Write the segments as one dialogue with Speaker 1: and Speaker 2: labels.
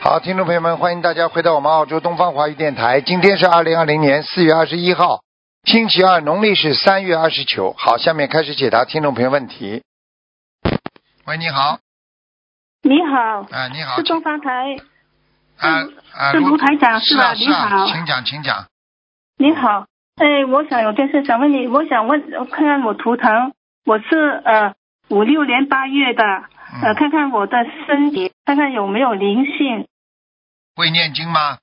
Speaker 1: 好，听众朋友们，欢迎大家回到我们澳洲东方华语电台。今天是二零二零年四月二十一号，星期二，农历是三月二十九。好，下面开始解答听众朋友问题。喂，你好，
Speaker 2: 你好，
Speaker 1: 啊，你好
Speaker 2: 是，东方台，
Speaker 1: 啊啊，
Speaker 2: 是卢台长
Speaker 1: 是
Speaker 2: 吧？
Speaker 1: 啊
Speaker 2: 你
Speaker 1: 是啊，
Speaker 2: 好，
Speaker 1: 请讲，请讲。
Speaker 2: 你好，哎，我想有件事想问你，我想问看看我图腾，我是呃五六年八月的，呃，
Speaker 1: 嗯，
Speaker 2: 看看我的身体，看看有没有灵性。
Speaker 1: 会念经吗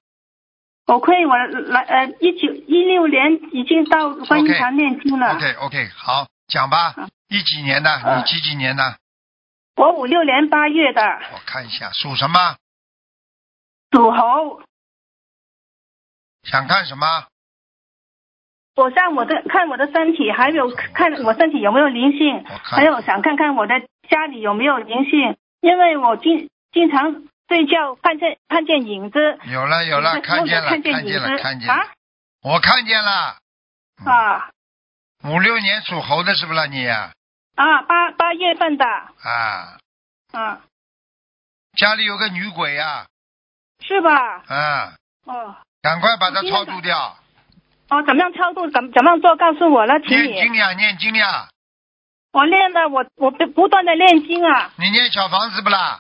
Speaker 2: 我亏我来呃一九一六年已经到观音堂念经了
Speaker 1: ？OK OK，好，讲吧
Speaker 2: 嗯。
Speaker 1: 一几年的？
Speaker 2: 嗯
Speaker 1: 你几几年的？
Speaker 2: 我五六年八月的，
Speaker 1: 我看一下，属什么？
Speaker 2: 属猴。
Speaker 1: 想看什么？
Speaker 2: 我让我的看我的身体，还有看我身体有没有灵性，
Speaker 1: 我看
Speaker 2: 还有想看看我的家里有没有灵性，因为我经经常睡觉看见看见影子，
Speaker 1: 有了有了，
Speaker 2: 有的时候
Speaker 1: 看见了，
Speaker 2: 看见
Speaker 1: 看见
Speaker 2: 影
Speaker 1: 了，
Speaker 2: 子
Speaker 1: 看见
Speaker 2: 啊
Speaker 1: 了，我看见了。嗯
Speaker 2: 啊
Speaker 1: 五六年属猴的是不是你啊？
Speaker 2: 啊八八月份的
Speaker 1: 啊，
Speaker 2: 啊，
Speaker 1: 家里有个女鬼啊，
Speaker 2: 是吧？
Speaker 1: 啊，
Speaker 2: 哦
Speaker 1: 赶快把它超度掉，
Speaker 2: 哦，怎么样超度？怎怎么样做？告诉我了，请
Speaker 1: 念
Speaker 2: 你。
Speaker 1: 经呀，念经呀，
Speaker 2: 我练了，我我不不断的念经啊，
Speaker 1: 你念小房子不啦？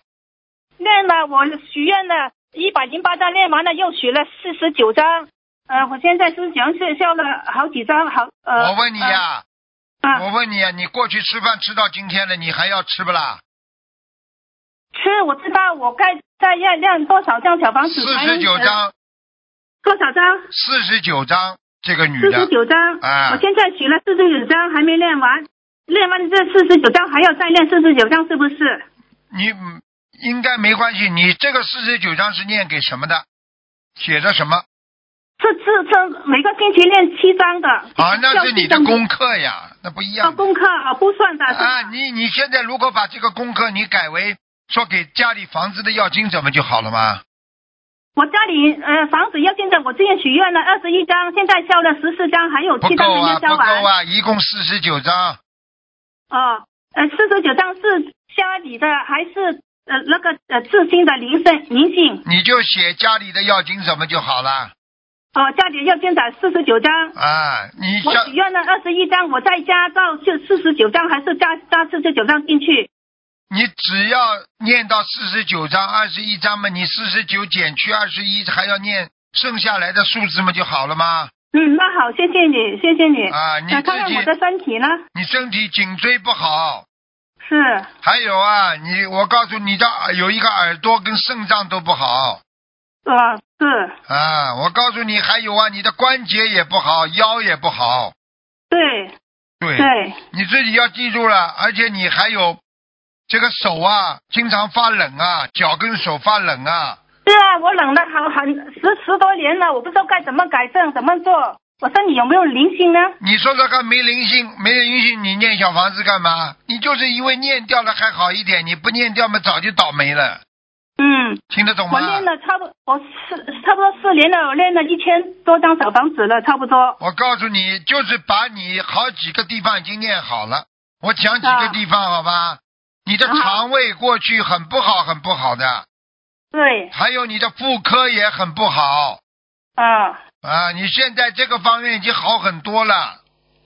Speaker 2: 练了，我许愿了一百零八张，练完了又许了四十九张。呃，我现在是想是消了好几张，好呃。
Speaker 1: 我问你呀，
Speaker 2: 呃。啊，
Speaker 1: 我问你呀，你过去吃饭吃到今天的，你还要吃不啦？
Speaker 2: 吃我知道，我该再要练多少张小房子
Speaker 1: 四
Speaker 2: 才
Speaker 1: 十
Speaker 2: 能？
Speaker 1: 九
Speaker 2: 呃。
Speaker 1: 张，
Speaker 2: 多少张？
Speaker 1: 四十九张，这个女
Speaker 2: 四十
Speaker 1: 的，
Speaker 2: 九张。
Speaker 1: 啊
Speaker 2: 我现在许了四十九张，还没练完。练完这四十九张，还要再练四十九张，是不是？
Speaker 1: 你嗯应该没关系，你这个四十九张是念给什么的？写的什么？
Speaker 2: 是是是，每个星期练七张的。
Speaker 1: 啊，那是你的
Speaker 2: 要七张
Speaker 1: 功课呀，那不一
Speaker 2: 啊
Speaker 1: 样的。
Speaker 2: 功课啊，不算的。是吧
Speaker 1: 啊，你你现在如果把这个功课你改为说给家里房子的要经者们就好了吗？
Speaker 2: 我家里呃房子要进的，我之前许愿了二十一张，现在交了十四张，还有
Speaker 1: 不
Speaker 2: 七张
Speaker 1: 够
Speaker 2: 还
Speaker 1: 啊，
Speaker 2: 没交
Speaker 1: 不
Speaker 2: 完
Speaker 1: 够。啊，一共四十九张，
Speaker 2: 哦，呃，四十九张是家里的还是呃那个呃自信的灵性灵性？
Speaker 1: 你就写家里的要经什么就好了
Speaker 2: 哦，家里要进的四十九张。
Speaker 1: 啊。你
Speaker 2: 我
Speaker 1: 家
Speaker 2: 许愿了二十一张，我再加到就四十九张，还是加加四十九张进去？
Speaker 1: 你只要念到四十九章、二十一章嘛，你四十九减去二十一，还要念剩下来的数字嘛就好了吗？
Speaker 2: 嗯，那好，谢谢你，谢谢你。
Speaker 1: 啊，你
Speaker 2: 呃
Speaker 1: 自
Speaker 2: 看看
Speaker 1: 己
Speaker 2: 我的身体呢？
Speaker 1: 你身体颈椎不好，
Speaker 2: 是
Speaker 1: 还有啊，你我告诉你的耳有一个耳朵跟肾脏都不好。
Speaker 2: 呃是，
Speaker 1: 啊，我告诉你，还有啊，你的关节也不好，腰也不好，
Speaker 2: 对
Speaker 1: 对，
Speaker 2: 对，
Speaker 1: 你自己要记住了。而且你还有这个手啊，经常发冷啊，脚跟手发冷啊。
Speaker 2: 是啊，我冷了好很十十多年了，我不知道该怎么改正，怎么做。我身体有没有灵性呢？
Speaker 1: 你说说看，没灵性，没灵性，你念小房子干嘛？你就是因为念掉了还好一点，你不念掉嘛，早就倒霉了。
Speaker 2: 嗯，
Speaker 1: 听得懂
Speaker 2: 我
Speaker 1: 吗？
Speaker 2: 练了差不我四差不多四年了，我练了一千多张小房子了，差不多。
Speaker 1: 我告诉你，就是把你好几个地方已经念好了。我讲几个
Speaker 2: 啊
Speaker 1: 地方好吧？你的
Speaker 2: 啊
Speaker 1: 肠胃过去很不好，很不好的。
Speaker 2: 对，
Speaker 1: 还有你的妇科也很不好
Speaker 2: 啊，
Speaker 1: 啊，你现在这个方面已经好很多了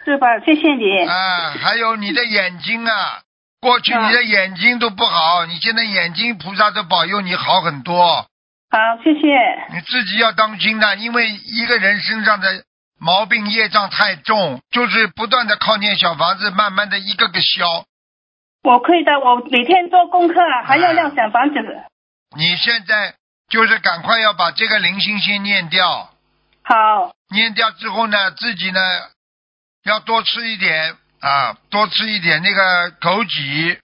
Speaker 2: 是吧？谢谢你。
Speaker 1: 啊，还有你的眼睛啊，过去你的眼睛都不好，你现在眼睛菩萨都保佑你好很多，
Speaker 2: 好，谢谢。
Speaker 1: 你自己要当心的，因为一个人身上的毛病业障太重，就是不断的靠念小房子，慢慢的一个个消。
Speaker 2: 我可以的，我每天做功课，啊
Speaker 1: 哎
Speaker 2: 还要亮小房子。
Speaker 1: 你现在就是赶快要把这个灵性先念掉，
Speaker 2: 好，
Speaker 1: 念掉之后呢，自己呢要多吃一点啊，多吃一点那个枸杞、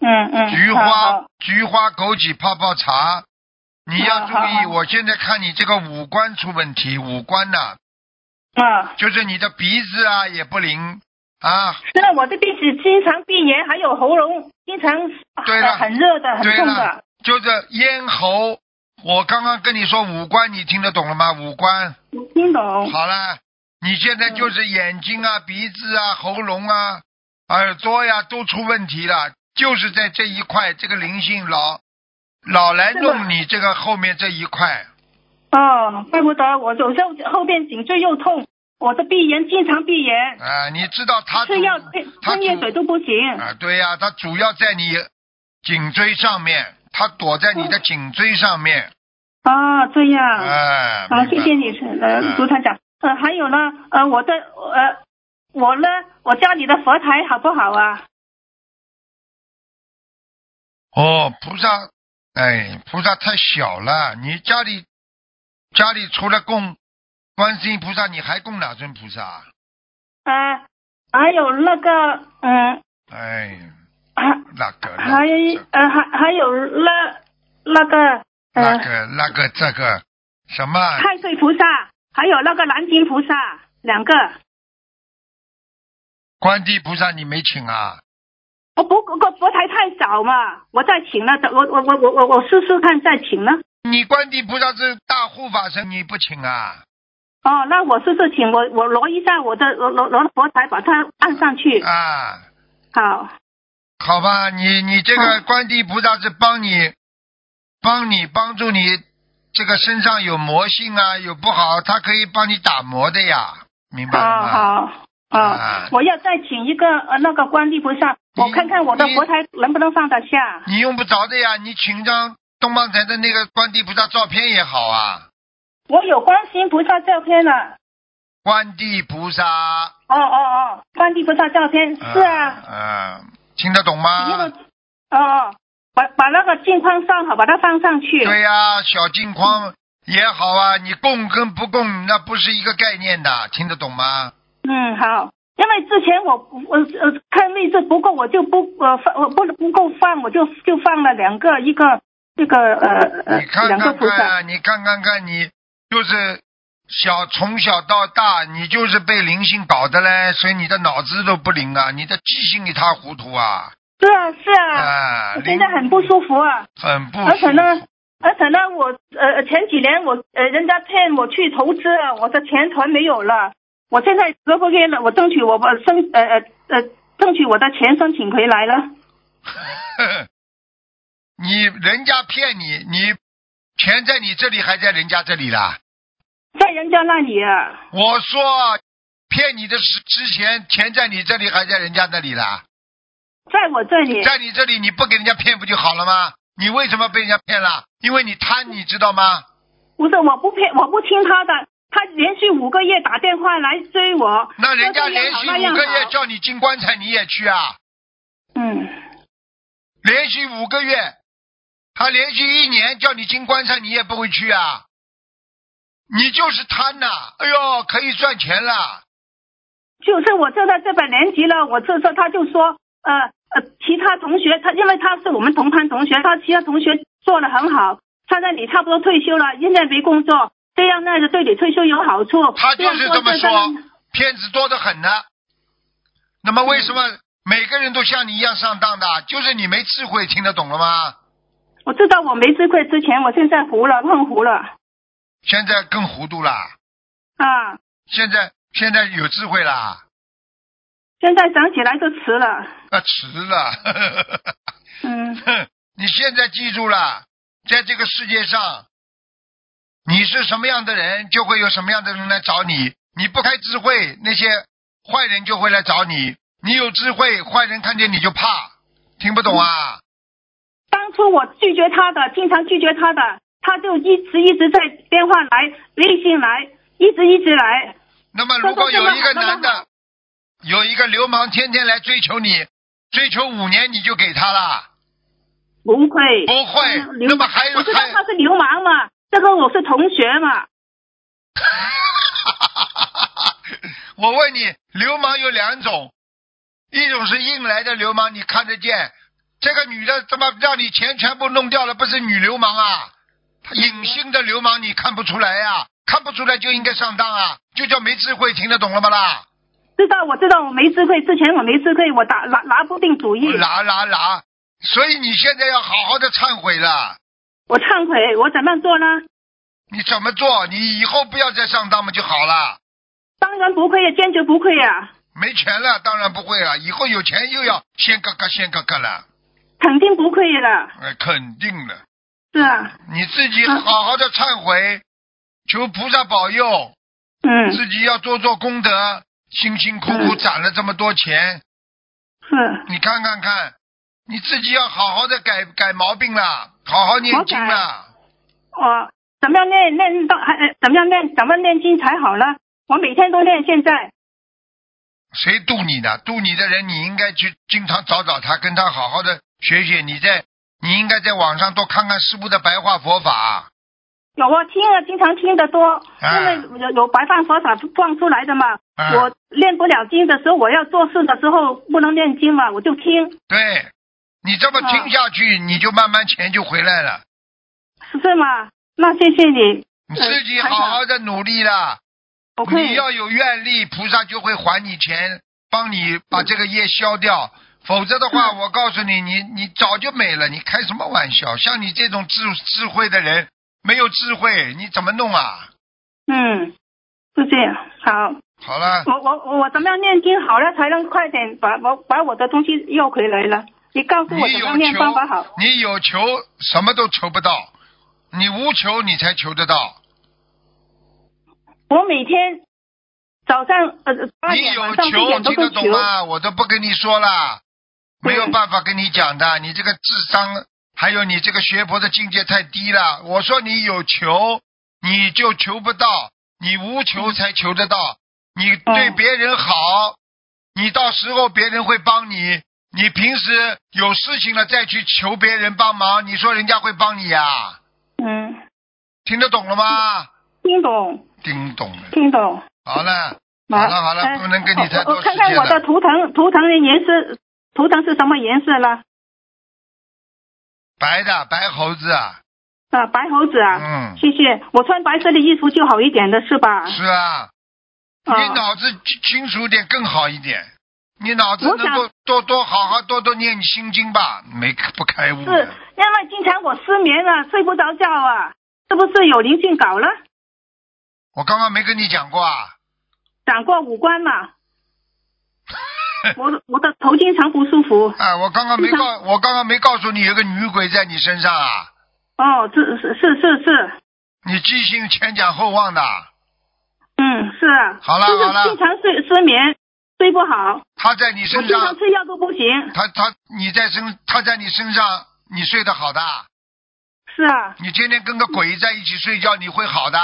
Speaker 2: 嗯嗯。
Speaker 1: 菊
Speaker 2: 好
Speaker 1: 花
Speaker 2: 好、
Speaker 1: 菊花枸杞泡泡茶。你要注
Speaker 2: 好好
Speaker 1: 意，
Speaker 2: 好
Speaker 1: 我现在看你这个五官出问题，五官呐、
Speaker 2: 啊，
Speaker 1: 就是你的鼻子啊也不灵啊。
Speaker 2: 是的我的鼻子经常闭炎，还有喉咙经常
Speaker 1: 对了
Speaker 2: 呃很热的，很
Speaker 1: 对
Speaker 2: 痛
Speaker 1: 了
Speaker 2: 的。，
Speaker 1: 就是咽喉。我刚刚跟你说五官，你听得懂了吗？五官
Speaker 2: 我听懂。
Speaker 1: 好了，你现在就是眼睛
Speaker 2: 嗯
Speaker 1: 啊、鼻子啊、喉咙啊、耳朵呀、都出问题了，就是在这一块，这个灵性老老来
Speaker 2: 是的
Speaker 1: 弄你这个后面这一块，
Speaker 2: 哦，怪不得我有时候后边颈椎又痛，我的闭炎经常闭炎，
Speaker 1: 啊、你知道他主
Speaker 2: 吃药配
Speaker 1: 他
Speaker 2: 喷药水
Speaker 1: 主
Speaker 2: 都不行。
Speaker 1: 啊、对呀、他主要在你颈椎上面，他躲在你的颈椎上面，
Speaker 2: 啊，这样。
Speaker 1: 哎、
Speaker 2: 啊，
Speaker 1: 明
Speaker 2: 谢
Speaker 1: 白哎
Speaker 2: 谢你，呃，卢团长。呃，还有呢，呃，我的呃，我呢，我家里的佛台好不好啊？
Speaker 1: 哦，菩萨，哎，菩萨太小了，你家里家里除了供观世音菩萨，你还供哪尊菩萨？啊
Speaker 2: 呃，还有那个，嗯，
Speaker 1: 哎，
Speaker 2: 还
Speaker 1: 那个那
Speaker 2: 还
Speaker 1: 个
Speaker 2: 呃还还有那那个
Speaker 1: 那
Speaker 2: 呃
Speaker 1: 个那个这个什么
Speaker 2: 太岁菩萨，还有那个南京菩萨，两个。
Speaker 1: 观地菩萨你没请啊？
Speaker 2: 我哦不过佛台太早嘛，我再请了，等我我我我我我试试看再请了。
Speaker 1: 你观地菩萨是大护法神，你不请啊？
Speaker 2: 哦，那我试试请我我挪一下我的挪挪挪佛台，把它按上去。
Speaker 1: 啊，
Speaker 2: 好，
Speaker 1: 好吧，你你这个
Speaker 2: 好
Speaker 1: 观地菩萨是帮你帮你帮助你这个身上有魔性啊，有不好，他可以帮你打磨的呀，明白了
Speaker 2: 啊
Speaker 1: 吗？
Speaker 2: 好。
Speaker 1: 啊
Speaker 2: 啊，我要再请一个呃那个观地菩萨，
Speaker 1: 你
Speaker 2: 我看看我的佛台能不能放得下。
Speaker 1: 你用不着的呀，你请张东方台的那个观地菩萨照片也好啊。
Speaker 2: 我有观世音菩萨照片了。
Speaker 1: 观地菩萨，
Speaker 2: 哦哦哦，观地菩萨照片
Speaker 1: 呃
Speaker 2: 是啊，
Speaker 1: 呃听得懂
Speaker 2: 你那
Speaker 1: 吗
Speaker 2: 个？哦哦，把把那个镜框上好，把它放上去。
Speaker 1: 对呀、小镜框也好啊，你供跟不供那不是一个概念的，听得懂吗？
Speaker 2: 嗯，好。因为之前我我呃看位置不够，我就不呃放我不不够放，我就就放了两个，一个那个呃呃
Speaker 1: 你看
Speaker 2: 两个
Speaker 1: 看
Speaker 2: 菩
Speaker 1: 看啊，
Speaker 2: 萨。
Speaker 1: 你看看看，你就是小从小到大，你就是被灵性搞的嘞，所以你的脑子都不灵啊，你的记性一塌糊涂啊，
Speaker 2: 是啊是啊，
Speaker 1: 啊，
Speaker 2: 我
Speaker 1: 灵
Speaker 2: 现在很不舒服啊。
Speaker 1: 很不
Speaker 2: 而且呢
Speaker 1: 舒服
Speaker 2: 而且呢，我呃前几年我呃人家骗我去投资啊，我的钱全没有了。我现在十个月了，我争取我把申呃呃呃争取我的钱申请回来了。
Speaker 1: 你人家骗你，你钱在你这里还在人家这里啦。
Speaker 2: 在人家那里啊，
Speaker 1: 我说骗你的是之前钱在你这里还在人家那里啦，
Speaker 2: 在我这里
Speaker 1: 在你这里你不给人家骗不就好了吗？你为什么被人家骗了？因为你贪，你知道吗？
Speaker 2: 不是我不骗我不听他的，他连续五个月打电话来追我。
Speaker 1: 那人家
Speaker 2: 说这
Speaker 1: 连
Speaker 2: 样好
Speaker 1: 续五个
Speaker 2: 那
Speaker 1: 月
Speaker 2: 样好
Speaker 1: 叫你进棺材，你也去啊？
Speaker 2: 嗯，
Speaker 1: 连续五个月，还连续一年叫你进棺材，你也不会去啊？你就是贪呐、哎呦，可以赚钱了。
Speaker 2: 就是我就在这本年级了，我这时候他就说呃呃，其他同学他因为他是我们同班同学，他其他同学做的很好，他在你差不多退休了，现在没工作，这样那就对你退休有好处。
Speaker 1: 他就是这么
Speaker 2: 这样
Speaker 1: 说，骗子多得很呢。那么为什么
Speaker 2: 嗯
Speaker 1: 每个人都像你一样上当的？就是你没智慧，听得懂了吗？
Speaker 2: 我知道我没智慧之前，我现在糊了，更糊了
Speaker 1: 现在更糊涂啦，
Speaker 2: 啊！
Speaker 1: 现在现在有智慧啊啦，
Speaker 2: 现在想起来就迟了。
Speaker 1: 那迟了。
Speaker 2: 嗯，
Speaker 1: 哼，你现在记住了，在这个世界上，你是什么样的人，就会有什么样的人来找你。你不开智慧，那些坏人就会来找你；你有智慧，坏人看见你就怕。听不懂啊？
Speaker 2: 当初我拒绝他的，经常拒绝他的，他就一直一直在电话来、微信来，一直一直来。
Speaker 1: 那么如果有一个男
Speaker 2: 那
Speaker 1: 的，有一个流氓天天来追求你，追求五年你就给他了，
Speaker 2: 不会，
Speaker 1: 不会
Speaker 2: 嗯
Speaker 1: 那么还有
Speaker 2: 我知道
Speaker 1: 还
Speaker 2: 他是流氓嘛，这个我是同学嘛，
Speaker 1: 我问你，流氓有两种，一种是硬来的流氓，你看得见，这个女的怎么让你钱全部弄掉了，不是女流氓啊？她隐性的流氓你看不出来呀、看不出来就应该上当啊，就叫没智慧，听得懂了吗啦？
Speaker 2: 知道我知道我没智慧，之前我没智慧，我打拿拿不定主意，
Speaker 1: 啦啦啦！所以你现在要好好的忏悔了。
Speaker 2: 我忏悔，我怎么做呢？
Speaker 1: 你怎么做？你以后不要再上当嘛就好了。
Speaker 2: 当然不会，坚决不会啊，
Speaker 1: 没钱了，当然不会了。以后有钱又要先嘎嘎先嘎嘎了，
Speaker 2: 肯定不会了。
Speaker 1: 哎，肯定的。
Speaker 2: 是啊，
Speaker 1: 你自己好好的忏悔，求菩萨保佑，
Speaker 2: 嗯，
Speaker 1: 自己要多做功德，辛辛苦苦
Speaker 2: 嗯
Speaker 1: 攒了这么多钱，
Speaker 2: 是
Speaker 1: 你看看看，你自己要好好的改改毛病啦，好好念经啦。
Speaker 2: 我哦怎么样念念到还呃怎么样念怎么念经才好呢？我每天都念，现在
Speaker 1: 谁渡你的？渡你的人，你应该去经常找找他，跟他好好的学学。你在，你应该在网上多看看师傅的白话佛法。
Speaker 2: 有我听啊，经常听得多，因
Speaker 1: 啊
Speaker 2: 为有有白饭佛法放出来的嘛。
Speaker 1: 啊
Speaker 2: 我念不了经的时候，我要做事的时候不能念经嘛，我就听，
Speaker 1: 对，你这么听下去，
Speaker 2: 啊
Speaker 1: 你就慢慢钱就回来了。
Speaker 2: 是这吗？那谢谢你，
Speaker 1: 你
Speaker 2: 嗯
Speaker 1: 自己
Speaker 2: 台
Speaker 1: 好
Speaker 2: 长
Speaker 1: 好的努力啦，
Speaker 2: 我会
Speaker 1: 你要有愿力，菩萨就会还你钱，帮你把这个业消掉。否则的
Speaker 2: 嗯
Speaker 1: 话，我告诉你，你你早就没了。你开什么玩笑？像你这种智智慧的人，没有智慧，你怎么弄啊？
Speaker 2: 嗯，是这样。好，
Speaker 1: 好了，
Speaker 2: 我我我怎么样念经好了，才能快点把我把我的东西要回来了？你告诉我
Speaker 1: 你
Speaker 2: 怎
Speaker 1: 有
Speaker 2: 么样念方法好？
Speaker 1: 求，你有求，什么都求不到，你无求你才求得到。
Speaker 2: 我每天早上呃八
Speaker 1: 你
Speaker 2: 点
Speaker 1: 有
Speaker 2: 晚上九点
Speaker 1: 求
Speaker 2: 都
Speaker 1: 听得
Speaker 2: 会
Speaker 1: 懂吗？我都不跟你说了，没有办法跟你讲的。你这个智商，还有你这个学佛的境界太低了。我说你有求，你就求不到，你无求才求得到。你对
Speaker 2: 嗯
Speaker 1: 别人好，你到时候别人会帮你。你平时有事情了再去求别人帮忙，你说人家会帮你啊呀、
Speaker 2: 嗯，
Speaker 1: 听得懂了吗？
Speaker 2: 听懂
Speaker 1: 叮咚了，
Speaker 2: 听懂。
Speaker 1: 好了，好了好了，
Speaker 2: 呃
Speaker 1: 不能跟你太
Speaker 2: 我
Speaker 1: 多
Speaker 2: 我
Speaker 1: 时
Speaker 2: 看
Speaker 1: 间
Speaker 2: 看我的
Speaker 1: 了。
Speaker 2: 图腾，图腾的颜色，图腾是什么颜色呢？
Speaker 1: 白的白猴子啊，
Speaker 2: 啊，白猴子啊。
Speaker 1: 嗯，
Speaker 2: 谢谢，我穿白色的衣服就好一点的是吧？
Speaker 1: 是啊，
Speaker 2: 啊，
Speaker 1: 你脑子清清楚点更好一点。你脑子
Speaker 2: 我
Speaker 1: 能
Speaker 2: 想
Speaker 1: 够多多好好多多念心经吧，没不开悟
Speaker 2: 是，因
Speaker 1: 的。
Speaker 2: 为经常我失眠了，睡不着觉啊，是不是有灵性搞了？
Speaker 1: 我刚刚没跟你讲过啊，
Speaker 2: 长过五官 嘛？我的我的头经常不舒服。
Speaker 1: 哎，我刚刚没告，
Speaker 2: 啊
Speaker 1: 我刚刚没告诉你有个女鬼在你身上啊，
Speaker 2: 哦，是是是是是，
Speaker 1: 你记性前讲后忘的，
Speaker 2: 嗯，是啊。
Speaker 1: 好了
Speaker 2: 就是
Speaker 1: 好了
Speaker 2: 经常睡失眠，睡不好，
Speaker 1: 她在你
Speaker 2: 我
Speaker 1: 身
Speaker 2: 经常
Speaker 1: 上，
Speaker 2: 吃药都不行。
Speaker 1: 她她你在身，她在你身上，你睡得好的啊。
Speaker 2: 是啊，
Speaker 1: 你天天跟个鬼在一起睡觉，你会好的。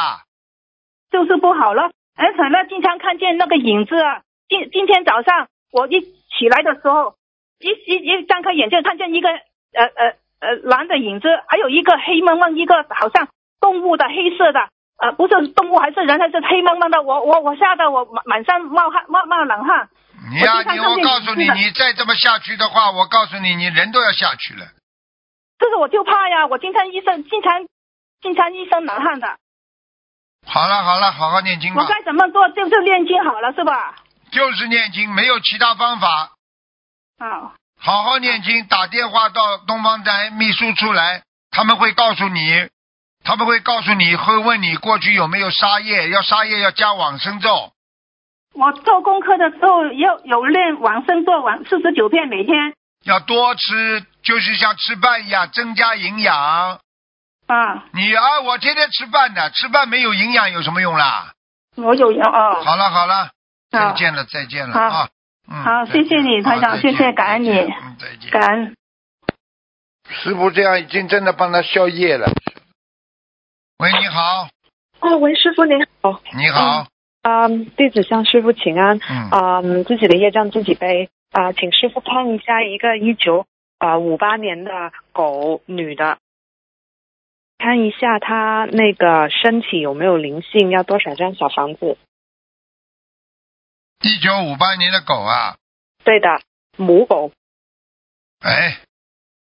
Speaker 2: 就是不好了，而且呢，经常看见那个影子啊。今今天早上我一起来的时候，一一一张开眼睛，看见一个呃呃呃蓝的影子，还有一个黑蒙蒙，一个好像动物的黑色的，呃，不是动物还是人，还是黑蒙蒙的。我我我吓得我满满身冒汗冒冒冷汗。
Speaker 1: 你呀、
Speaker 2: 我经常
Speaker 1: 你
Speaker 2: 看
Speaker 1: 我
Speaker 2: 见
Speaker 1: 告诉你
Speaker 2: 你，是的
Speaker 1: 你再这么下去的话，我告诉你，你人都要下去了。
Speaker 2: 这个我就怕呀，我经常医生经常经常医生冷汗的，
Speaker 1: 好了好了，好好念经
Speaker 2: 我
Speaker 1: 吧，
Speaker 2: 该怎么做？就是念经好了是吧？
Speaker 1: 就是念经，没有其他方法，
Speaker 2: 好，
Speaker 1: 好好念经。打电话到东方台秘书处来，他们会告诉你，他们会告诉你会问你过去有没有杀业，要杀业要加往生咒。
Speaker 2: 我做功课的时候有有练往生做完四十九遍每天
Speaker 1: 要多吃，就是像吃饭一样，增加营养。
Speaker 2: 啊，
Speaker 1: 你啊，我天天吃饭的，吃饭没有营养有什么用啦？
Speaker 2: 我有哦，
Speaker 1: 好了好了，再
Speaker 2: 好
Speaker 1: 见了再见了
Speaker 2: 好
Speaker 1: 啊！嗯，
Speaker 2: 好
Speaker 1: 再见
Speaker 2: 谢谢你
Speaker 1: 好
Speaker 2: 台长
Speaker 1: 再见
Speaker 2: 谢谢感恩你
Speaker 1: 再见嗯，再见。
Speaker 2: 感恩。
Speaker 1: 师傅这样已经真的帮他消业了。喂，你好，
Speaker 3: 哦，喂，师傅您好，
Speaker 1: 你好，
Speaker 3: 啊、弟子向师傅请安，
Speaker 1: 嗯，
Speaker 2: 哦
Speaker 3: 啊、自己的业障自己背，啊、请师傅看一下一个一九啊五八年的狗女的，看一下她那个身体有没有灵性，要多少张小房子？
Speaker 1: 一九五八年的狗啊，
Speaker 3: 对的，母狗，
Speaker 1: 哎，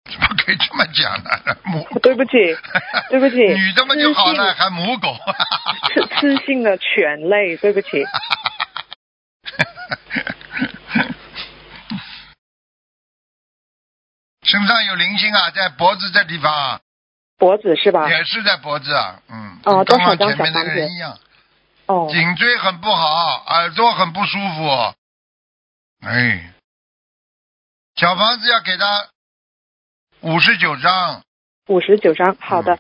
Speaker 1: 怎么可以这么讲呢？ 母，
Speaker 3: 对不起，对不起，
Speaker 1: 女的嘛就好
Speaker 2: 嗯
Speaker 1: 了，
Speaker 3: 雌
Speaker 1: 还母狗，
Speaker 3: 性雌雌性的犬类，对不起，
Speaker 1: 身上有灵性啊，在脖子这地方啊，
Speaker 3: 脖子是
Speaker 2: 啊
Speaker 3: 吧？
Speaker 1: 也是在脖子啊，嗯，
Speaker 3: 哦
Speaker 1: 跟刚
Speaker 3: 多少
Speaker 1: 刚
Speaker 3: 张
Speaker 1: 前面那
Speaker 3: 小房
Speaker 1: 个
Speaker 3: 子
Speaker 1: 人一样，
Speaker 3: 哦，
Speaker 1: 颈椎很不好，耳朵很不舒服。哎，小房子要给他五十九张，
Speaker 3: 五十九张，好
Speaker 1: 嗯
Speaker 3: 的。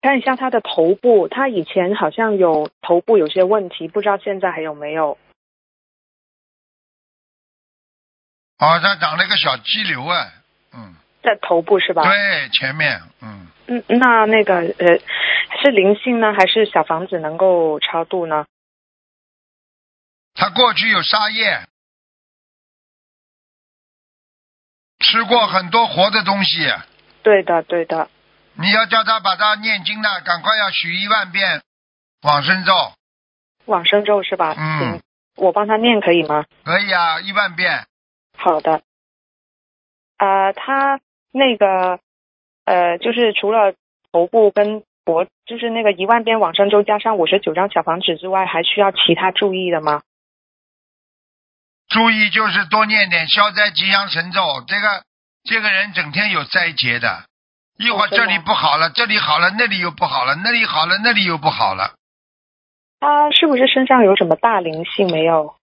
Speaker 3: 看一下他的头部，他以前好像有头部有些问题，不知道现在还有没有。
Speaker 1: 哦，他长了一个小肌瘤啊，嗯，
Speaker 3: 在头部是吧？
Speaker 1: 对，前面，嗯，
Speaker 3: 嗯，那那个呃，是灵性呢，还是小房子能够超度呢？
Speaker 1: 他过去有沙叶，吃过很多活的东西，
Speaker 3: 对的，对的，
Speaker 1: 你要叫他把它念经呢，赶快要许一万遍往生咒，
Speaker 3: 往生咒是吧？
Speaker 1: 嗯
Speaker 3: 行，我帮他念可以吗？
Speaker 1: 可以啊，一万遍，
Speaker 3: 好的。啊、他那个呃，就是除了头部跟脖，就是那个一万遍往生咒加上五十九张小房子之外，还需要其他注意的吗？
Speaker 1: 注意就是多念点消灾吉祥神咒。这个这个人整天有灾劫的，一会儿
Speaker 3: 哦真
Speaker 1: 这
Speaker 3: 的
Speaker 1: 里不好了，这里好了，那里又不好了，那里好了，那里又不好了。
Speaker 3: 他是不是身上有什么大灵性没有？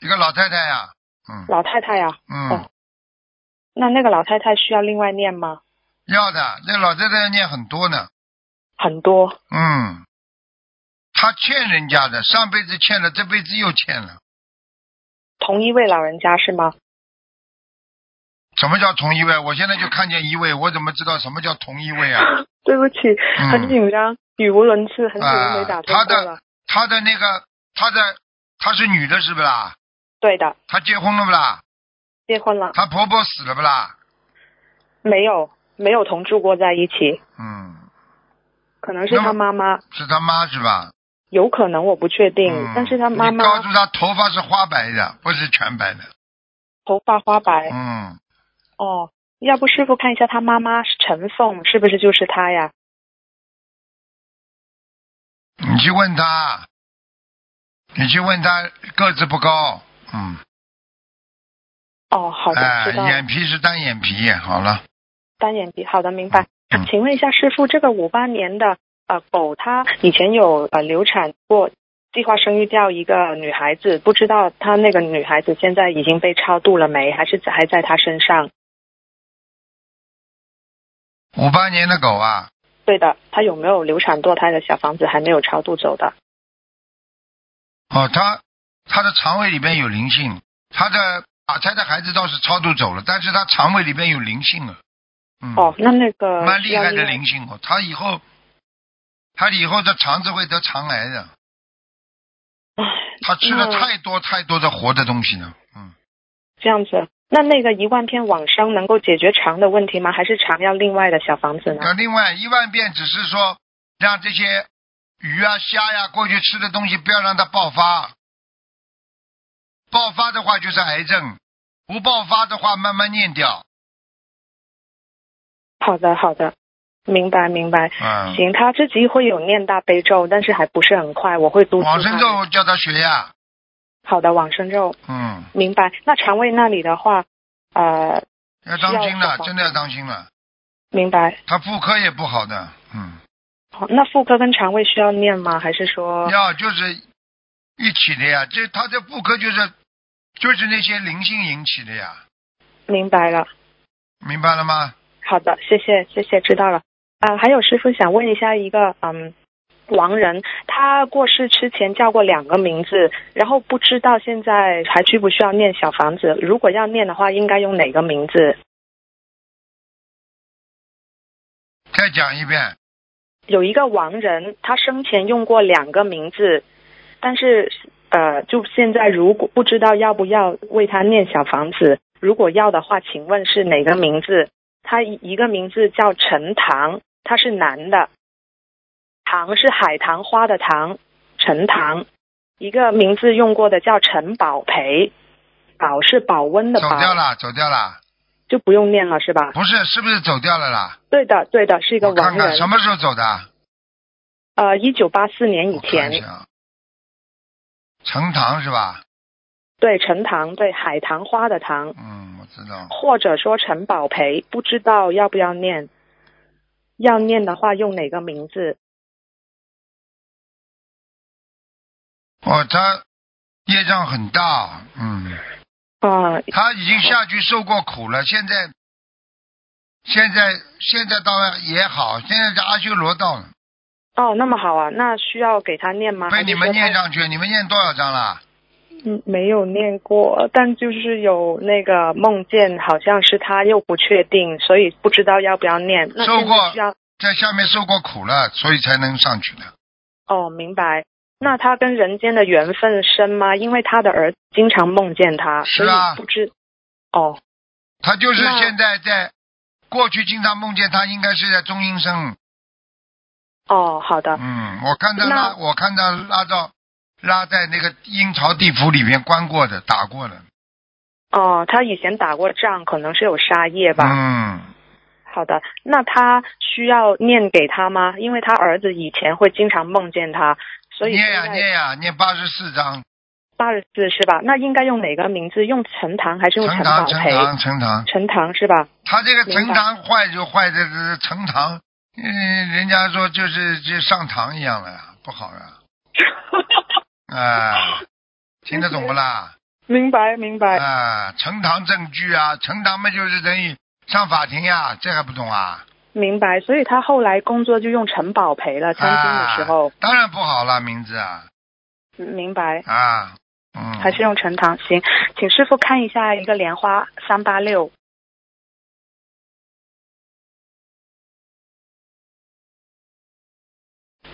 Speaker 1: 一个老太太呀、嗯
Speaker 3: 老太太呀、
Speaker 1: 嗯
Speaker 3: 哦，那那个老太太需要另外念吗？
Speaker 1: 要的，那老太太要念很多呢，
Speaker 3: 很多
Speaker 1: 嗯，她欠人家的，上辈子欠了，这辈子又欠了。
Speaker 3: 同一位老人家是吗？
Speaker 1: 什么叫同一位？我现在就看见一位，我怎么知道什么叫同一位啊？
Speaker 3: 对不起，
Speaker 1: 嗯
Speaker 3: 很紧张，语无伦次，很久没打通
Speaker 1: 啊他
Speaker 3: 过
Speaker 1: 的
Speaker 3: 了。
Speaker 1: 她的那个，她的她是女的，是不啦？
Speaker 3: 对的，
Speaker 1: 她结婚了不啦？
Speaker 3: 结婚了
Speaker 1: 她婆婆死了不啦？
Speaker 3: 没有？没有同住过在一起，
Speaker 1: 嗯，
Speaker 3: 可能是
Speaker 1: 那么
Speaker 3: 他妈妈，
Speaker 1: 是她妈是吧？
Speaker 3: 有可能我不确定，
Speaker 1: 嗯，
Speaker 3: 但是他妈
Speaker 1: 你告
Speaker 3: 妈
Speaker 1: 诉她头发是花白的，不是全白的。
Speaker 3: 头发花白、
Speaker 1: 嗯，
Speaker 3: 哦。要不师傅看一下他妈妈陈凤是不是就是他呀？
Speaker 1: 你去问她，你去问她个子不高，嗯，
Speaker 3: 哦，好的，
Speaker 1: 哎、
Speaker 3: 知道了。
Speaker 1: 眼皮是单眼皮，好了，
Speaker 3: 单眼皮，好的，明白。
Speaker 1: 嗯
Speaker 3: 请问一下师傅，这个五八年的呃狗，它以前有呃流产过，计划生育掉一个女孩子，不知道她那个女孩子现在已经被超度了没，还是在还在她身上？
Speaker 1: 五八年的狗啊，
Speaker 3: 对的，她有没有流产堕胎的小房子还没有超度走的？
Speaker 1: 哦，她她的肠胃里边有灵性，她的打胎的孩子倒是超度走了，但是她肠胃里边有灵性啊，嗯，
Speaker 3: 哦，呃那那个
Speaker 1: 蛮厉害
Speaker 3: 需要
Speaker 1: 的
Speaker 3: 另外
Speaker 1: 灵性哦，他以后，他以后的肠子会得肠癌的。
Speaker 3: 啊
Speaker 1: 他吃了
Speaker 3: 那
Speaker 1: 太多太多的活的东西了，嗯，
Speaker 3: 这样子。那那个一万篇往生能够解决肠的问题吗？还是肠要另外的小房子呢？
Speaker 1: 那另外一万遍只是说让这些鱼啊、虾呀、过去吃的东西不要让它爆发，爆发的话就是癌症，不爆发的话慢慢念掉，
Speaker 3: 好的，好的，明白明白。
Speaker 1: 嗯，
Speaker 3: 行，他自己会有念大悲咒，但是还不是很快，我会督促他。
Speaker 1: 往生咒叫他学呀，
Speaker 3: 好的，往生咒，
Speaker 1: 嗯，
Speaker 3: 明白。那肠胃那里的话，呃，
Speaker 1: 要当心
Speaker 3: 需要
Speaker 1: 了，
Speaker 3: 小房
Speaker 1: 真的要当心了，
Speaker 3: 明白。
Speaker 1: 他妇科也不好的，嗯。
Speaker 3: 好那妇科跟肠胃需要念吗？还是说，
Speaker 1: 要就是一起的呀，这他这妇科就是就是那些灵性引起的呀，
Speaker 3: 明白了？
Speaker 1: 明白了吗？
Speaker 3: 好的，谢谢，谢谢，知道了。啊、还有师傅想问一下一个，嗯，亡人，他过世之前叫过两个名字，然后不知道现在还需不需要念小房子？如果要念的话，应该用哪个名字？
Speaker 1: 再讲一遍，
Speaker 3: 有一个亡人，他生前用过两个名字，但是呃，就现在如果不知道要不要为他念小房子，如果要的话，请问是哪个名字？他一一个名字叫陈唐，他是男的，唐是海棠花的唐，陈唐。一个名字用过的叫陈宝培，宝是保温的
Speaker 1: 走
Speaker 3: 宝，
Speaker 1: 掉了，走掉了，
Speaker 3: 就不用念了是吧？
Speaker 1: 不是是不是走掉了啦？
Speaker 3: 对的，对的，是一个
Speaker 1: 我
Speaker 3: 亡
Speaker 1: 看
Speaker 3: 人。
Speaker 1: 看什么时候走的？
Speaker 3: 呃，一九八四年以
Speaker 1: 我看
Speaker 3: 前
Speaker 1: 一。下啊，成堂是吧？
Speaker 3: 对，陈塘，对，海棠花的棠，
Speaker 1: 嗯，我知道。
Speaker 3: 或者说陈宝培，不知道要不要念。要念的话，用哪个名字？
Speaker 1: 哦，他业障很大，嗯，
Speaker 3: 啊、
Speaker 1: 他已经下去受过苦了，现在现在现在到了也好，现在在阿修罗道了，
Speaker 3: 哦，那么好啊，那需要给他念吗？
Speaker 1: 被你们念
Speaker 3: 上？
Speaker 1: 上去，你们念多少章了？
Speaker 3: 嗯，没有念过，但就是有那个梦见，好像是他又不确定，所以不知道要不要念。那
Speaker 1: 收
Speaker 3: 现
Speaker 1: 过
Speaker 3: 在需要
Speaker 1: 在下面受过苦了，所以才能上去的。
Speaker 3: 哦，明白。那他跟人间的缘分深吗？因为他的儿子经常梦见他，
Speaker 1: 是啊
Speaker 3: 所以不知。哦，
Speaker 1: 他就是
Speaker 3: 那
Speaker 1: 现在在过去经常梦见他，应该是在中阴身。
Speaker 3: 哦，好的，
Speaker 1: 嗯，我看他
Speaker 3: 那
Speaker 1: 拉，我看他拉到拉在那个阴曹地府里面关过的，打过的。
Speaker 3: 哦，他以前打过仗，可能是有杀业吧。
Speaker 1: 嗯，
Speaker 3: 好的，那他需要念给他吗？因为他儿子以前会经常梦见他，所以
Speaker 1: 念呀
Speaker 3: 现在
Speaker 1: 念呀，念八十四章，
Speaker 3: 八十四是吧？那应该用哪个名字？用陈塘还是用
Speaker 1: 陈
Speaker 3: 宝
Speaker 1: 堂陈
Speaker 3: 培？
Speaker 1: 堂陈堂，
Speaker 3: 陈塘是吧？
Speaker 1: 他这个陈
Speaker 3: 明白
Speaker 1: 堂坏就坏在这个陈堂，嗯，人家说就是就上堂一样了呀，不好 呀。啊，听得懂不啦？
Speaker 3: 明白明白
Speaker 1: 啊，呈堂证据啊，呈堂嘛就是等于上法庭呀、这还不懂啊？
Speaker 3: 明白，所以他后来工作就用陈宝培了，餐厅的时候
Speaker 1: 啊，、当然不好了，名字啊
Speaker 3: 明白，
Speaker 1: 啊，嗯，
Speaker 3: 还是用陈塘行，请师傅看一下一个莲花三八六，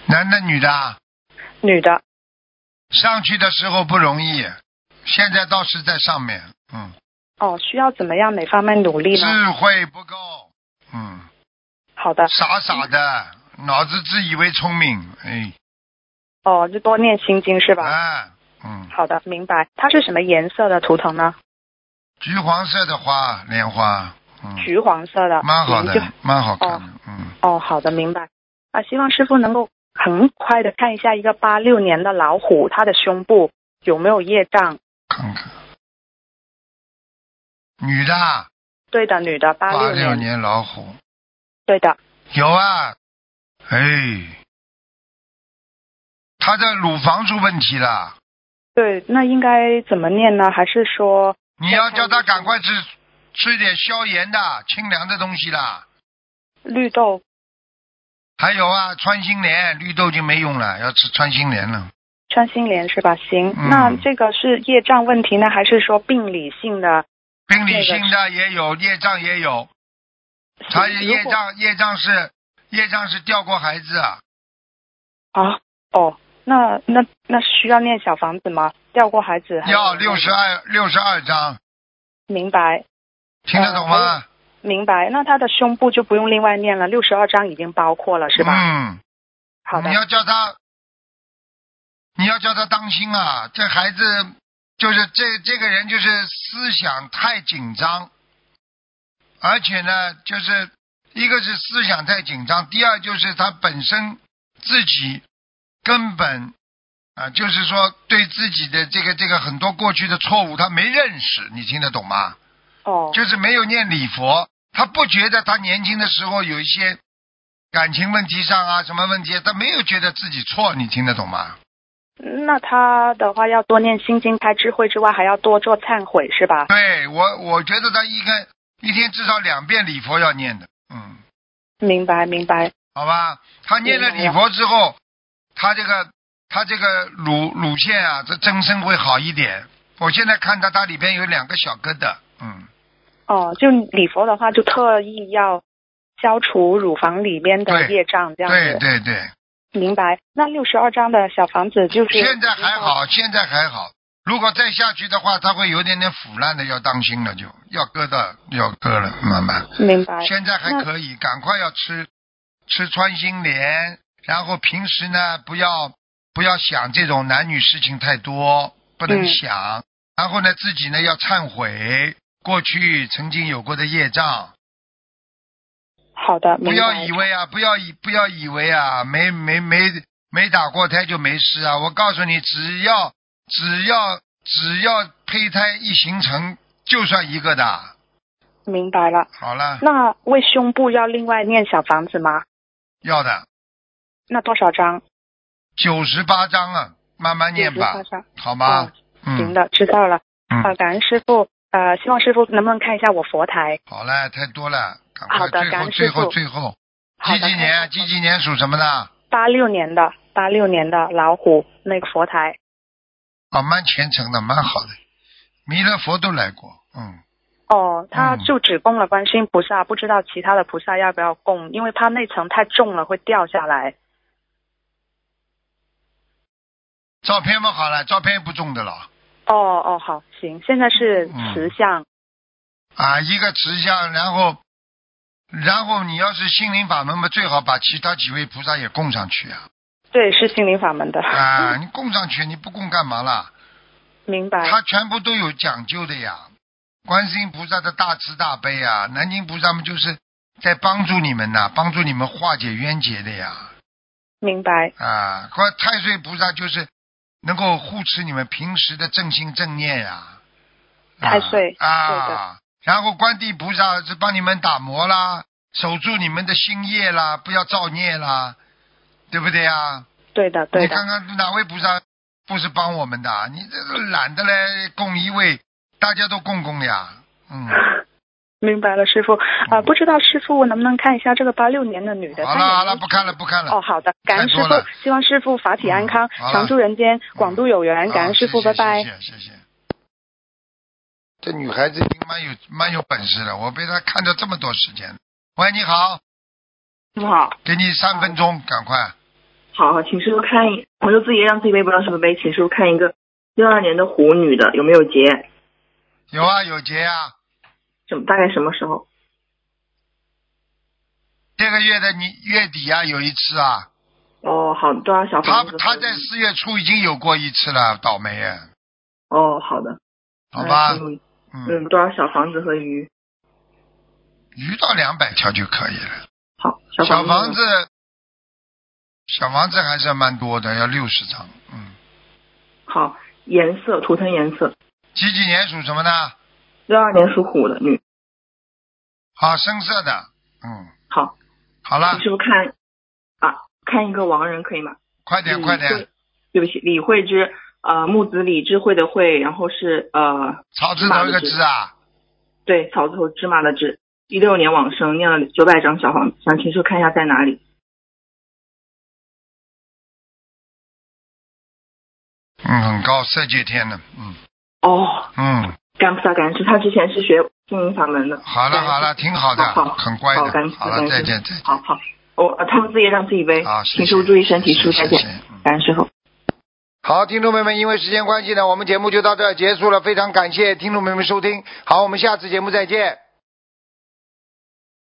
Speaker 1: 男的女的啊，
Speaker 3: 女的，
Speaker 1: 上去的时候不容易，现在倒是在上面，嗯，
Speaker 3: 哦，需要怎么样哪方面努力呢？
Speaker 1: 智慧不够，嗯，
Speaker 3: 好的，
Speaker 1: 傻傻的，脑子自以为聪明，哎，
Speaker 3: 哦，就多念心经是吧？
Speaker 1: 啊，嗯，
Speaker 3: 好的，明白。它是什么颜色的图腾呢？
Speaker 1: 橘黄色的花，莲花，嗯，
Speaker 3: 橘黄色的，
Speaker 1: 蛮好
Speaker 3: 嗯就
Speaker 1: 的，蛮好看的，嗯。
Speaker 3: 哦，好的，明白。啊，希望师傅能够很快的看一下一个八六年的老虎，它的胸部有没有业障？
Speaker 1: 看看，嗯女的，
Speaker 3: 对的，女的，
Speaker 1: 八
Speaker 3: 八六
Speaker 1: 六
Speaker 3: 年，
Speaker 1: 年老虎，
Speaker 3: 对的，
Speaker 1: 有啊，哎，她的乳房出问题了，
Speaker 3: 对，那应该怎么念呢？还是说，
Speaker 1: 你要
Speaker 3: 再看
Speaker 1: 叫
Speaker 3: 一
Speaker 1: 她
Speaker 3: 下
Speaker 1: 赶快吃吃点消炎的、清凉的东西啦。
Speaker 3: 绿豆
Speaker 1: 还有啊，穿心莲、绿豆就没用了，要吃穿心莲了。
Speaker 3: 穿心莲是吧？行，
Speaker 1: 嗯
Speaker 3: 那这个是业障问题呢，还是说病理性的？
Speaker 1: 病理性的也有，业障也有，她
Speaker 3: 如
Speaker 1: 业
Speaker 3: 果
Speaker 1: 障业障是业障是掉过孩子啊，
Speaker 3: 啊，哦，那那那需要念小房子吗？掉过孩子还是
Speaker 1: 要六十二六十二章，
Speaker 3: 明白
Speaker 1: 听得懂
Speaker 3: 呃还
Speaker 1: 吗？
Speaker 3: 有明白。那他的胸部就不用另外念了，六十二章已经包括了是吧？
Speaker 1: 嗯。
Speaker 3: 好的
Speaker 1: 你，要叫他，你要叫他当心啊！这孩子就是这这个人就是思想太紧张，而且呢，就是一个是思想太紧张，第二就是他本身自己根本啊、就是说对自己的这个这个很多过去的错误他没认识，你听得懂吗？
Speaker 3: 哦，
Speaker 1: 就是没有念礼佛，他不觉得他年轻的时候有一些感情问题上啊什么问题，他没有觉得自己错，你听得懂吗？
Speaker 3: 那他的话要多念心经开智慧之外，还要多做忏悔是吧？
Speaker 1: 对我，我觉得他应该一天至少两遍礼佛要念的，嗯，
Speaker 3: 明白明白，
Speaker 1: 好吧？他念了礼佛之后，他这个他这个乳乳腺啊，这增生会好一点。我现在看到它里边有两个小疙瘩，嗯，
Speaker 3: 哦，就礼佛的话，就特意要消除乳房里边的
Speaker 1: 对
Speaker 3: 业障，这样
Speaker 1: 对
Speaker 3: 子。
Speaker 1: 对对，
Speaker 3: 明白。那六十二章的小房子就是
Speaker 1: 现在还，好，现在还好。如果再下去的话，它会有点点腐烂的，要当心了就，要割的，要割了，慢慢。
Speaker 3: 明白。
Speaker 1: 现在还可以，赶快要吃吃穿心莲，然后平时呢不要不要想这种男女事情太多，不能
Speaker 3: 嗯
Speaker 1: 想。然后呢自己呢要忏悔过去曾经有过的业障，
Speaker 3: 好的，明
Speaker 1: 不
Speaker 3: 白。
Speaker 1: 要以为啊，不要以不要以为啊，没没没没打过胎就没事啊！我告诉你，只要只要只要胚胎一形成，就算一个的。
Speaker 3: 明白了。
Speaker 1: 好了，
Speaker 3: 那为胸部要另外念小房子吗？
Speaker 1: 要的
Speaker 3: 那多少章？
Speaker 1: 九十八章啊，慢慢念吧
Speaker 3: 98，章
Speaker 1: 好吧
Speaker 3: 哦？行
Speaker 1: 嗯
Speaker 3: 的，知道了。啊、
Speaker 1: 嗯，
Speaker 3: 感恩师傅。呃，希望师傅能不能看一下我佛台？
Speaker 1: 好了，太多了，赶
Speaker 3: 好
Speaker 1: 快，
Speaker 3: 的
Speaker 1: 最
Speaker 3: 感
Speaker 1: 后
Speaker 3: 恩
Speaker 1: 最
Speaker 3: 师
Speaker 1: 后
Speaker 3: 父
Speaker 1: 最后，
Speaker 3: 好
Speaker 1: 几
Speaker 3: 的
Speaker 1: 几年？啊几几年属什么的？
Speaker 3: 八六年的，八六年的老虎那个佛台。
Speaker 1: 啊，蛮虔诚的，蛮好的。弥勒佛都来过，嗯，
Speaker 3: 哦，他
Speaker 1: 嗯
Speaker 3: 就只供了观世音菩萨，不知道其他的菩萨要不要供，因为他那层太重了会掉下来。
Speaker 1: 照片嘛好了，照片也不重的了。
Speaker 3: 哦哦，好，行，现在是
Speaker 1: 嗯
Speaker 3: 慈像。
Speaker 1: 啊，一个慈像，然后，然后你要是心灵法门嘛，最好把其他几位菩萨也供上去啊！
Speaker 3: 对，是心灵法门的，
Speaker 1: 啊，你供上去，你不供干嘛啦？
Speaker 3: 明白。
Speaker 1: 他全部都有讲究的呀。观世音菩萨的大慈大悲啊，南京菩萨们就是在帮助你们呐、帮助你们化解冤结的呀。
Speaker 3: 明白，
Speaker 1: 啊，和太岁菩萨就是能够护持你们平时的正心正念呀、啊
Speaker 3: 太岁对
Speaker 1: 啊
Speaker 3: 的，
Speaker 1: 然后观地菩萨是帮你们打磨啦，守住你们的心业啦，不要造孽啦，对不对呀？
Speaker 3: 对的，对
Speaker 1: 你
Speaker 3: 的，
Speaker 1: 看看哪位菩萨不是帮我们的？啊你这个懒得来供一位，大家都供供呀，嗯，
Speaker 3: 明白了，师傅啊、不知道师傅能不能看一下这个八六年的女的？
Speaker 1: 好
Speaker 3: 她有
Speaker 1: 了
Speaker 3: 没有
Speaker 1: 好了，不看了不看了，
Speaker 3: 哦，好的，感恩
Speaker 1: 太
Speaker 3: 师
Speaker 1: 多
Speaker 3: 傅
Speaker 1: 了，
Speaker 3: 希望师傅法体安康，
Speaker 1: 嗯好了
Speaker 3: 常住人间，广度有缘，感恩师傅，
Speaker 1: 好
Speaker 3: 拜
Speaker 1: 啊谢谢谢。
Speaker 3: 拜
Speaker 1: 谢谢谢。这女孩子已经蛮有蛮有本事了，我被她看到这么多时间了。喂，你好，
Speaker 4: 师傅好，
Speaker 1: 给你三分钟，赶快。
Speaker 4: 好，请师傅看一，我就自己让自己背不到什么背，请师傅看一个六二年的虎女的有没有结，
Speaker 1: 有啊，有节啊，
Speaker 4: 什么大概什么时候？
Speaker 1: 这个月的你月底啊有一次啊，
Speaker 4: 哦，好，多少小
Speaker 1: 她
Speaker 4: 房子？
Speaker 1: 她在四月初已经有过一次了，倒霉啊，
Speaker 4: 哦，好的，
Speaker 1: 好吧
Speaker 4: 嗯，师傅
Speaker 1: 嗯，
Speaker 4: 嗯，多少小房子和鱼？
Speaker 1: 鱼到两百条就可以了。
Speaker 4: 好，小
Speaker 1: 小
Speaker 4: 房
Speaker 1: 房子，小房子还是蛮多的，要六十张。嗯，
Speaker 4: 好，颜色图腾颜色，
Speaker 1: 几几年属什么呢？
Speaker 4: 六二年属虎的女，
Speaker 1: 好，深色的。嗯，
Speaker 4: 好，
Speaker 1: 好了
Speaker 4: 请，师傅看啊，看一个亡人可以吗？
Speaker 1: 快点，
Speaker 4: 李
Speaker 1: 哎快
Speaker 4: 慧
Speaker 1: 点，。
Speaker 4: 嗯对不起，李慧芝，呃，木子李智慧的慧，然后是呃，
Speaker 1: 草字头一
Speaker 4: 芝麻的
Speaker 1: 个字啊，
Speaker 4: 对，草字头芝麻的芝。一六年往生念了九百张小房子，想请师傅看一下在哪里。
Speaker 1: 嗯，很高，色界天的，嗯
Speaker 4: 哦，
Speaker 1: 嗯，
Speaker 4: 感菩萨感恩师，他之前是学心灵法门的。
Speaker 1: 好了
Speaker 4: 感恩
Speaker 1: 好了，挺好的，
Speaker 4: 好好
Speaker 1: 很乖
Speaker 4: 好感
Speaker 1: 的，
Speaker 4: 恩
Speaker 1: 好
Speaker 4: 感
Speaker 1: 了，
Speaker 4: 恩
Speaker 1: 再见再见，
Speaker 4: 好好，我、呃他们自己让自己背。
Speaker 1: 好，谢
Speaker 4: 请
Speaker 1: 谢
Speaker 4: 师傅注意身体，
Speaker 1: 谢
Speaker 4: 师傅
Speaker 1: 谢
Speaker 4: 再见
Speaker 1: 谢，谢嗯
Speaker 4: 感恩师傅。
Speaker 1: 好，听众朋友们，因为时间关系呢，我们节目就到这儿结束了，非常感谢听众朋友们收听，好，我们下次节目再见。